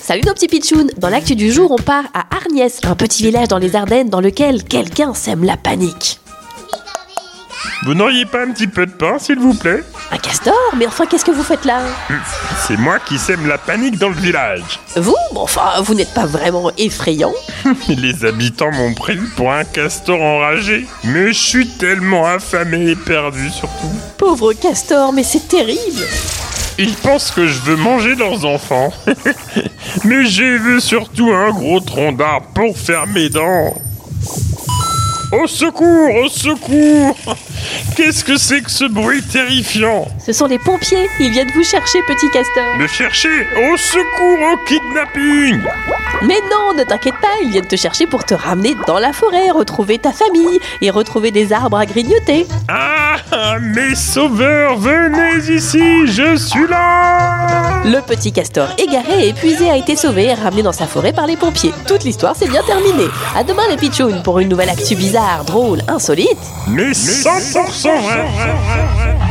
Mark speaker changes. Speaker 1: Salut nos petits pitchouns Dans l'actu du jour, on part à Arniès, un petit village dans les Ardennes dans lequel quelqu'un sème la panique.
Speaker 2: Vous n'auriez pas un petit peu de pain, s'il vous plaît
Speaker 1: Un castor Mais enfin, qu'est-ce que vous faites là
Speaker 2: C'est moi qui sème la panique dans le village.
Speaker 1: Vous Bon, Enfin, vous n'êtes pas vraiment effrayant.
Speaker 2: Les habitants m'ont pris pour un castor enragé. Mais je suis tellement affamé et perdu surtout.
Speaker 1: Pauvre castor, mais c'est terrible
Speaker 2: Ils pensent que je veux manger leurs enfants. Mais j'ai vu surtout un gros tronc d'arbre pour faire mes dents. Au secours, au secours Qu'est-ce que c'est que ce bruit terrifiant
Speaker 1: Ce sont les pompiers, ils viennent vous chercher, petit castor.
Speaker 2: Me chercher Au secours au kidnapping
Speaker 1: Mais non, ne t'inquiète pas, ils viennent te chercher pour te ramener dans la forêt, retrouver ta famille et retrouver des arbres à grignoter.
Speaker 2: Ah, mes sauveurs, venez ici, je suis là
Speaker 1: Le petit castor égaré et épuisé a été sauvé et ramené dans sa forêt par les pompiers. Toute l'histoire s'est bien terminée. À demain les pitchounes pour une nouvelle actu bizarre, drôle, insolite.
Speaker 2: Mais 100% vrai.